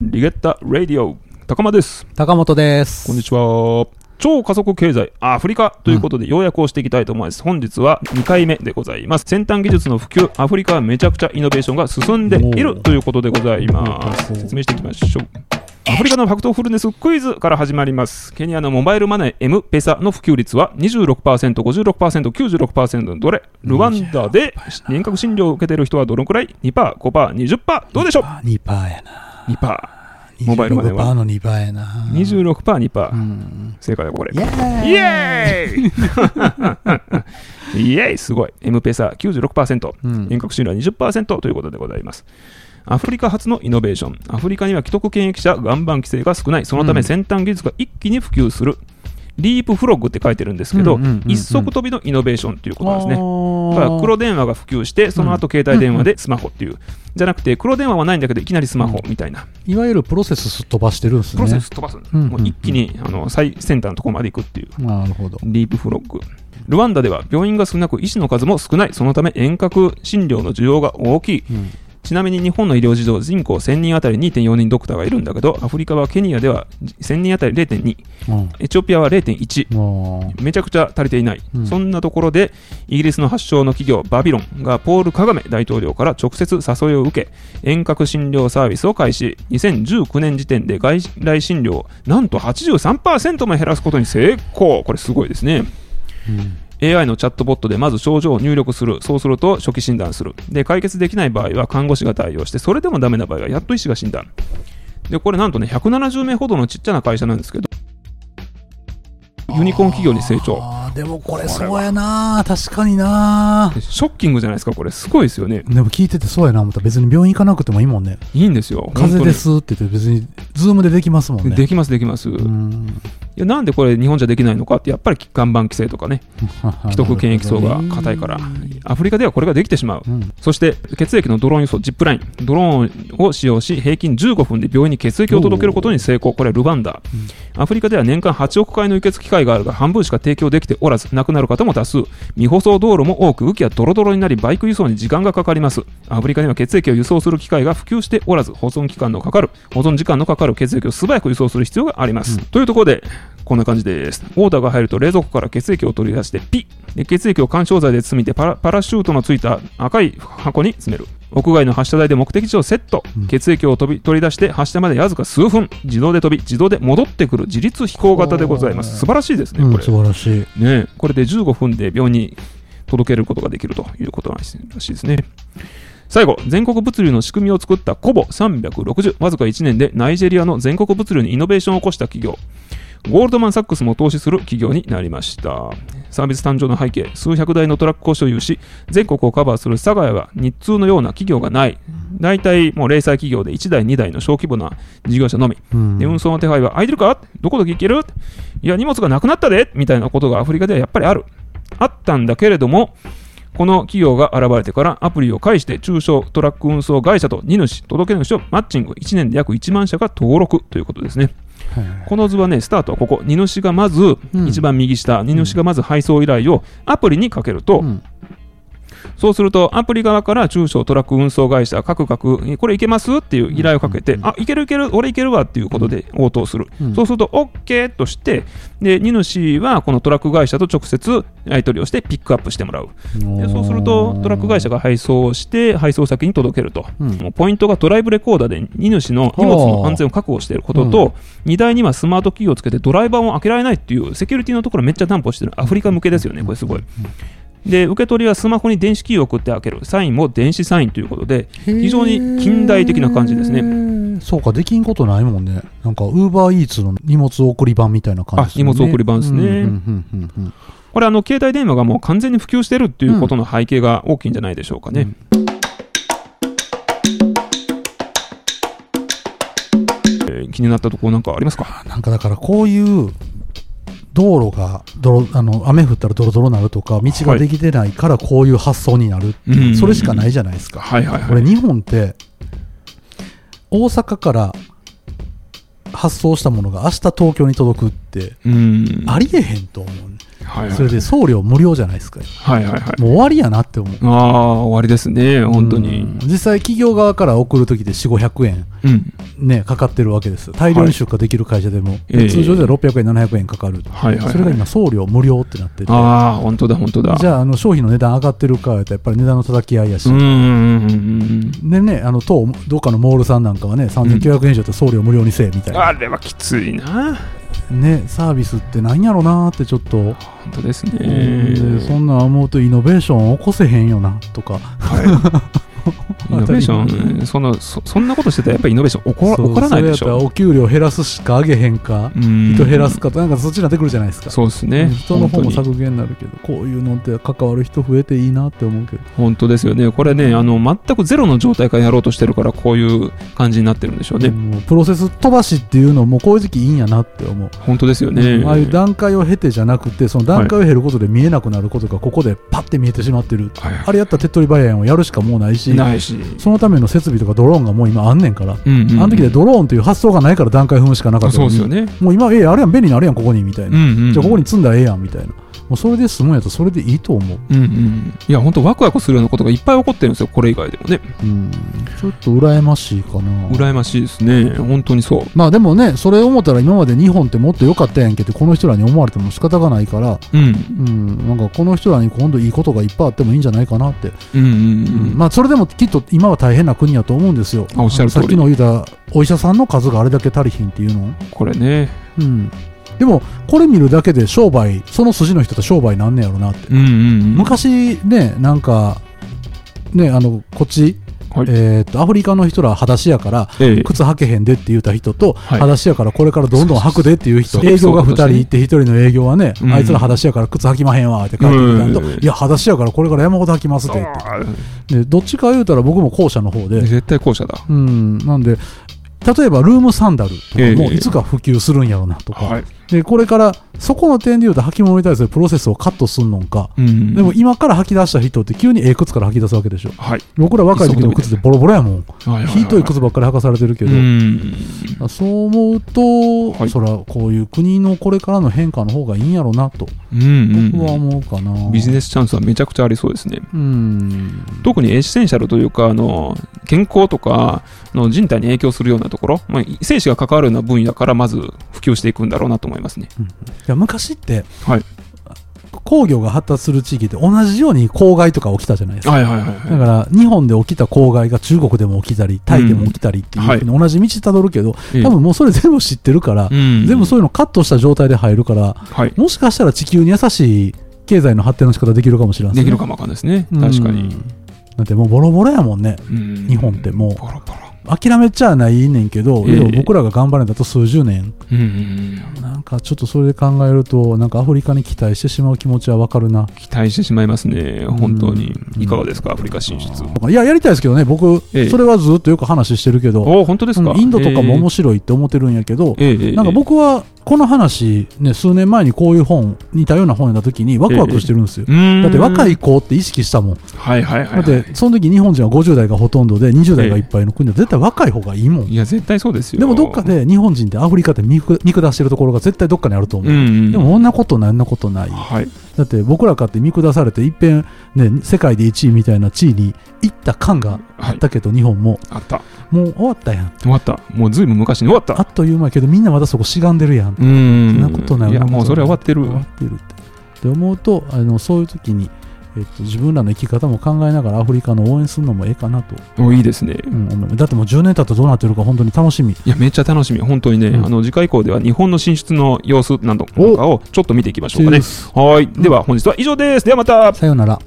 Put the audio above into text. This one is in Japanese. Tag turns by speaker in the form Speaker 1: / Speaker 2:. Speaker 1: リゲッタ・ラディオ、高間です。
Speaker 2: 高本です。
Speaker 1: こんにちは。超加速経済アフリカということで、ようやくをしていきたいと思います。本日は2回目でございます。先端技術の普及、アフリカはめちゃくちゃイノベーションが進んでい
Speaker 2: お
Speaker 1: る
Speaker 2: ー
Speaker 1: ということでございます。説明していきましょう。アフリカのファクトフルネスクイズから始まります。ケニアのモバイルマネー M ペサの普及率は26%、56%、96%のどれルワンダで遠隔診療を受けている人はどのくらい ?2%、5%、20%? どうでしょう
Speaker 2: 2パーやな。
Speaker 1: ?2%。モバイルまでは
Speaker 2: 25%の2パーやな。
Speaker 1: 26%、2%。
Speaker 2: うん。
Speaker 1: 正解だ、これ
Speaker 2: イ。エーイ
Speaker 1: イエーイ イエーイすごい。M ペーサー96%、
Speaker 2: うん
Speaker 1: 遠隔診療は20%ということでございます。アフリカ初のイノベーション。アフリカには既得権益者、岩盤規制が少ない。そのた
Speaker 2: う
Speaker 1: め
Speaker 2: ん
Speaker 1: 先端技術が一気に普及する。リープフロッグって書いてるんですけど、
Speaker 2: うんうんうんうん
Speaker 1: 一足飛びのイノベーションということなんですね。だから
Speaker 2: ね
Speaker 1: 黒電話が普及して、その後携帯電話でスマホっていう。じゃなくて、黒電話はないんだけど、いきなりスマホみたいな。
Speaker 2: いわゆるプロセスすっ飛ばしてるんですね。
Speaker 1: プロセス飛ばす。
Speaker 2: うんうんうん
Speaker 1: もう一気にあの最先端のところまで行くっていう。
Speaker 2: なるほど。
Speaker 1: リープフロッグ。ルワンダでは病院が少なく医師の数も少ない。そのため遠隔診療の需要が大きい。
Speaker 2: うん
Speaker 1: ちなみに日本の医療児童人口1000人あたり2.4人ドクターがいるんだけど、アフリカはケニアでは1000人あたり0.2、
Speaker 2: うん
Speaker 1: エチオピアは0.1。
Speaker 2: も
Speaker 1: めちゃくちゃ足りていない、
Speaker 2: うん
Speaker 1: そんなところでイギリスの発祥の企業バビロンがポール・カガメ大統領から直接誘いを受け遠隔診療サービスを開始2019年時点で外来診療をなんと83%も減らすことに成功これすごいですね
Speaker 2: ううん。
Speaker 1: AI のチャットボットでまず症状を入力する。そうすると初期診断する。で、解決できない場合は看護師が対応して、それでもダメな場合はやっと医師が診断。で、これなんとね、170名ほどのちっちゃな会社なんですけど、ユニコーン企業に成長。
Speaker 2: あーでもこれそうやな。確かにな
Speaker 1: で。ショッキングじゃないですか、これ。すごいですよね。
Speaker 2: でも聞いててそうやな思ったら別に病院行かなくてもいいもんね。
Speaker 1: いいんですよ。
Speaker 2: 風邪ですって言って別にズームでできますも
Speaker 1: 本
Speaker 2: ん
Speaker 1: 当に。
Speaker 2: ね。
Speaker 1: できます、できます。
Speaker 2: う
Speaker 1: い
Speaker 2: ん。
Speaker 1: やなんでこれ日本じゃできないのかって、やっぱり看板規制とかね、 既得権益層が硬いから、アフリカではこれができてしまう。
Speaker 2: うん。
Speaker 1: そして血液のドローン輸送、ジップライン、ドローンを使用し、平均15分で病院に血液を届けることに成功、これはルバンダ、アフリカでは年間8億回の輸血機会があるが、半分しか提供できておらず、亡くなる方も多数、未舗装道路も多く、雨季はドロドロになり、バイク輸送に時間がかかります、アフリカには血液を輸送する機会が普及しておらず、保存期間のかかる、保存時間のかかる血液を素早く輸送する必要があります。というところで、こんな感じです。オーダーが入ると冷蔵庫から血液を取り出してピッで血液を緩衝材で包みてパラパラシュートのついた赤い箱に詰める。屋外の発射台で目的地をセット。
Speaker 2: うん
Speaker 1: 血液を飛び取り出して発射までわずか数分。自動で飛び、自動で戻ってくる自律飛行型でございま
Speaker 2: お
Speaker 1: す。
Speaker 2: ー
Speaker 1: 素晴らしいですね、
Speaker 2: う
Speaker 1: こ
Speaker 2: ん、
Speaker 1: れ。
Speaker 2: 素晴らしい。
Speaker 1: ねえこれで15分で病院に届けることができるということらしいですね。最後、全国物流の仕組みを作ったコボ360、わずか1年でナイジェリアの全国物流にイノベーションを起こした企業、ゴールドマン・サックスも投資する企業になりました。サービス誕生の背景、数百台のトラックを所有し、全国をカバーする佐賀屋は日通のような企業がない。大体もう零細企業で1台、2台の小規模な事業者のみ。
Speaker 2: うん
Speaker 1: で運送の手配は空いてるかどこどこ行けるいや、荷物がなくなったでみたいなことがアフリカではやっぱりある。あったんだけれども、この企業が現れてからアプリを介して中小トラック運送会社と荷主、届け主をマッチング、1年で約1万社が登録ということですね。
Speaker 2: はいはい
Speaker 1: この図はね、スタートはここ、荷主がまず、
Speaker 2: うん
Speaker 1: 一番右下、荷主がまず配送依頼をアプリにかけると、
Speaker 2: うん
Speaker 1: そうすると、アプリ側から中小トラック運送会社、各々、これいけますっていう依頼をかけて、
Speaker 2: うんうん
Speaker 1: あ、いけるいける、俺いけるわっていうことで応答する。
Speaker 2: うん
Speaker 1: そうすると、OK として、で、荷主はこのトラック会社と直接やり取りをしてピックアップしてもらう。でそうすると、トラック会社
Speaker 2: が、
Speaker 1: が配送をして、配送先に届けると。
Speaker 2: うん
Speaker 1: もうポイントがドライブレコーダーで荷主の荷物の安全を確保していることと、荷台にはスマートキーをつけてドライバーを開けられないっていうセキュリティのところめっちゃ担保してるアフリカ向けですよねこれすごいで受け取りはスマホに電子キーを送って開けるサインも電子サインということで非常に近代的な感じですね
Speaker 2: ね。そうか、できんことないもんね。なんか、ウーバーイーツの荷物送り版みたいな感じですね。
Speaker 1: あ荷物送り版ですね
Speaker 2: うんうんうんうんうん
Speaker 1: これあの携帯電話がもう完全に普及してるっていうことの背景が大きいんじゃないでしょうかね、えー気になったところなんかありますか
Speaker 2: なんか、だから、こういう、道路が泥あの雨降ったらドロドロなるとか道ができてないからこういう発想になる、
Speaker 1: うん
Speaker 2: それしかないじゃないですか、
Speaker 1: はいはい
Speaker 2: こ
Speaker 1: は
Speaker 2: れ
Speaker 1: い
Speaker 2: 日本って大阪から発送したものが明日東京に届くって
Speaker 1: うん
Speaker 2: ありえへんと思うね、
Speaker 1: はいはい
Speaker 2: それで送料無料じゃないですか。
Speaker 1: はいはいはい。
Speaker 2: もう終わりやなって思う。
Speaker 1: ああ、終わりですね、本当に
Speaker 2: う。ん実際企業側から送るときで4、500円
Speaker 1: うん。
Speaker 2: ね、かかってるわけです。大量に出荷できる会社でも。
Speaker 1: ええ
Speaker 2: 通常では600円、700円かかる。
Speaker 1: はいはいはい
Speaker 2: それが今送料無料ってなってて。
Speaker 1: ああ、本当だ、本当だ。
Speaker 2: じゃあ、あの商品の値段上がってるかやったらやっぱり値段の叩き合いやし。
Speaker 1: うんうんうんうん
Speaker 2: でね、あの、当、どっかのモールさんなんかはね、3900円以上って送料無料にせえ、みた
Speaker 1: う
Speaker 2: い
Speaker 1: ん。あ
Speaker 2: な。
Speaker 1: れはきついな。
Speaker 2: ね、サービスってなんやろなーってちょっと。
Speaker 1: 本当です
Speaker 2: でそ
Speaker 1: ね。
Speaker 2: んなん思うとイノベーション起こせへんよな、とか。
Speaker 1: イノベーション、そのそそんなことしてたらやっぱりイノベーション起こら
Speaker 2: そう
Speaker 1: 起こらないでし
Speaker 2: それやった
Speaker 1: ょ。
Speaker 2: らお給料減らすしか上げへんか、
Speaker 1: うん
Speaker 2: 人減らすかと、なんかそっちになってくるじゃないですか。
Speaker 1: そうですね。
Speaker 2: 人の方
Speaker 1: 本
Speaker 2: も
Speaker 1: 当に
Speaker 2: 削減になるけど、こういうのって関わる人増えていいなって思うけど。
Speaker 1: 本当ですよね。これね、あの、全くゼロの状態からやろうとしてるから、こういう感じになってるんでしょうね。
Speaker 2: もうプロセス飛ばしっていうのもこういう時期いいんやなって思う。
Speaker 1: 本当ですよね。
Speaker 2: ああいう段階を経てじゃなくて、その段階を経ることで見えなくなることがここでパッて見えてしまってる。
Speaker 1: はい
Speaker 2: あれやったら手っ取り早いをやるしかもうないし、
Speaker 1: ないし。
Speaker 2: そのための設備とかドローンがもう今あんねんから、
Speaker 1: うんうんう
Speaker 2: あ
Speaker 1: ん
Speaker 2: の時でドローンという発想がないから段階踏むしかなかった
Speaker 1: そう
Speaker 2: の
Speaker 1: です
Speaker 2: に
Speaker 1: よね。
Speaker 2: もう今、ええあれやん、便利なあれやん、ここに、みたい
Speaker 1: うん
Speaker 2: な。
Speaker 1: うん
Speaker 2: じゃあ、ここに積んだらええやん、みたいな。もうそれで済むんやと、それでいいと思う。
Speaker 1: うんうん、いや、本当ワクワクするようなことがいっぱい起こってるんですよ、これ以外でもね。
Speaker 2: うん。ちょっと羨ましいかな。
Speaker 1: 羨ましいですね、本当にそう。
Speaker 2: まあでもね、それ思ったら今まで日本ってもっと良かったやんけって、この人らに思われても仕方がないから、
Speaker 1: うん、
Speaker 2: うん、なんかこの人らに今度いいことがいっぱいあってもいいんじゃないかなって。
Speaker 1: うん、うん、うん、
Speaker 2: まあそれでもきっと今は大変な国やと思うんですよ。
Speaker 1: あおっしゃる通り
Speaker 2: さっきの言うたお医者さんの数があれだけ足りひんっていうの。
Speaker 1: これね、
Speaker 2: うん。でも、これ見るだけで商売、その筋の人って商売なんねやろなって。
Speaker 1: うん、うん、うん、
Speaker 2: 昔ね、なんか、ね、あの、こっち、
Speaker 1: はい
Speaker 2: えーっと、アフリカの人ら裸足やから、
Speaker 1: ええ
Speaker 2: 靴履けへんでって言った人と、
Speaker 1: はい
Speaker 2: 裸足やからこれからどんどん履くでっていう
Speaker 1: そ
Speaker 2: 人、
Speaker 1: うそう
Speaker 2: 営業が2
Speaker 1: そう
Speaker 2: 人いて、1人の営業はね、
Speaker 1: うん
Speaker 2: あいつら裸足やから靴履きまへんわって書いてみたのと、
Speaker 1: うん
Speaker 2: いや、裸足やからこれから山ほど履きますでっ
Speaker 1: あー
Speaker 2: て。で、どっちか言うたら僕も後者の方で、
Speaker 1: 絶対後者だ。
Speaker 2: うん、なんで、例えばルームサンダルとか
Speaker 1: ええ
Speaker 2: もいつか普及するんやろうなとか、
Speaker 1: はい、
Speaker 2: で、これからそこの点で言うと履き物に対するプロセスをカットすんのんか、
Speaker 1: うん、
Speaker 2: でも、今から吐き出した人って急にええ靴から吐き出すわけでしょ。
Speaker 1: はい、
Speaker 2: 僕ら若い時の靴ってボロボロやもん。
Speaker 1: はい、
Speaker 2: ひどい靴ばっかり履かされてるけ
Speaker 1: う
Speaker 2: ど、
Speaker 1: ん、
Speaker 2: そう思うと、
Speaker 1: はい
Speaker 2: そらこういう国のこれからの変化の方がいいんやろなと、
Speaker 1: うん、うん
Speaker 2: 僕は
Speaker 1: うん、
Speaker 2: 思うかな。
Speaker 1: ビジネスチャンスはめちゃくちゃありそうですね。
Speaker 2: うん。
Speaker 1: 特にエッセンシャルというか、あの健康とかあの人体に影響するようなところ、まあ、生死が関わるような分野からまず普及していくんだろうなと思いますね。
Speaker 2: いや昔って、
Speaker 1: はい
Speaker 2: 工業が発達する地域で同じように公害とか起きたじゃないですか。
Speaker 1: はいはいはい、
Speaker 2: だから日本で起きた公害が中国でも起きたり、タイでも起きたりっていうふうに同じ道たどるけど、
Speaker 1: ええ
Speaker 2: 多分もうそれ全部知ってるから、
Speaker 1: うん、
Speaker 2: 全部そういうのカットした状態で入るから、
Speaker 1: はい、
Speaker 2: もしかしたら地球に優しい経済の発展の仕方できるかもしれない
Speaker 1: できるかもわかんないですね、確かに。
Speaker 2: だってもうボロボロやもんね
Speaker 1: うん
Speaker 2: 日本ってもう
Speaker 1: パラパラ
Speaker 2: 諦めちゃないねんけど、
Speaker 1: ええ
Speaker 2: でも僕らが頑張るんだと数十年
Speaker 1: うんうんうん
Speaker 2: なんかちょっとそれで考えるとなんかアフリカに期待してしまう気持ちはわかるな
Speaker 1: 期待してしまいますね、本当に。
Speaker 2: うん
Speaker 1: いかがですか、アフリカ進出。
Speaker 2: いややりたいですけどね僕、
Speaker 1: ええ
Speaker 2: それはずっとよく話してるけど
Speaker 1: お本当ですか
Speaker 2: うんインドとかも面白いって思ってるんやけど、
Speaker 1: ええええ
Speaker 2: なんか僕はこの話、ね、数年前にこういう本似たような本やった時にワクワクしてるんですよ、
Speaker 1: うーん
Speaker 2: だって若い子って意識したもん
Speaker 1: はいはいはい、
Speaker 2: だっ
Speaker 1: は
Speaker 2: て、その時日本人は50代がほとんどで、20代がいっぱいの国で、絶対若い方がいいも
Speaker 1: い。
Speaker 2: ん。
Speaker 1: いや、絶対そうですよ。
Speaker 2: でもどっか、で日本人ってアフリカって見く見下してるところが絶対どっかにあると思
Speaker 1: う
Speaker 2: う。
Speaker 1: んうん、
Speaker 2: でも、そんなことない、そんなことない。
Speaker 1: はい、
Speaker 2: だって、僕らかって見下されて、いっぺん、ね、世界で1位みたいな地位に行った感があったけど、日本も、
Speaker 1: あった、
Speaker 2: もう終わったやん。
Speaker 1: 終わった、もうずいぶん昔に終わった。
Speaker 2: あっという間やけど、みんなまだそこしがんでるやん。
Speaker 1: うーん
Speaker 2: そんなことない
Speaker 1: や、もうそれは終わってる
Speaker 2: 終。わってるって。って思うと、あのそういう時に、えっと、自分らの生き方も考えながらアフリカの応援するのもええかなと
Speaker 1: もういいですね。
Speaker 2: うん思うだってもう10年経ったらどうなってるか本当に楽しみ。
Speaker 1: いや、めっちゃ楽しみ。本当にね、
Speaker 2: うん
Speaker 1: あの、次回以降では日本の進出の様子など、なんかをちょっと見ていきましょうかね。
Speaker 2: さ
Speaker 1: はい。では、本日は以上です。ではまた。
Speaker 2: よなら。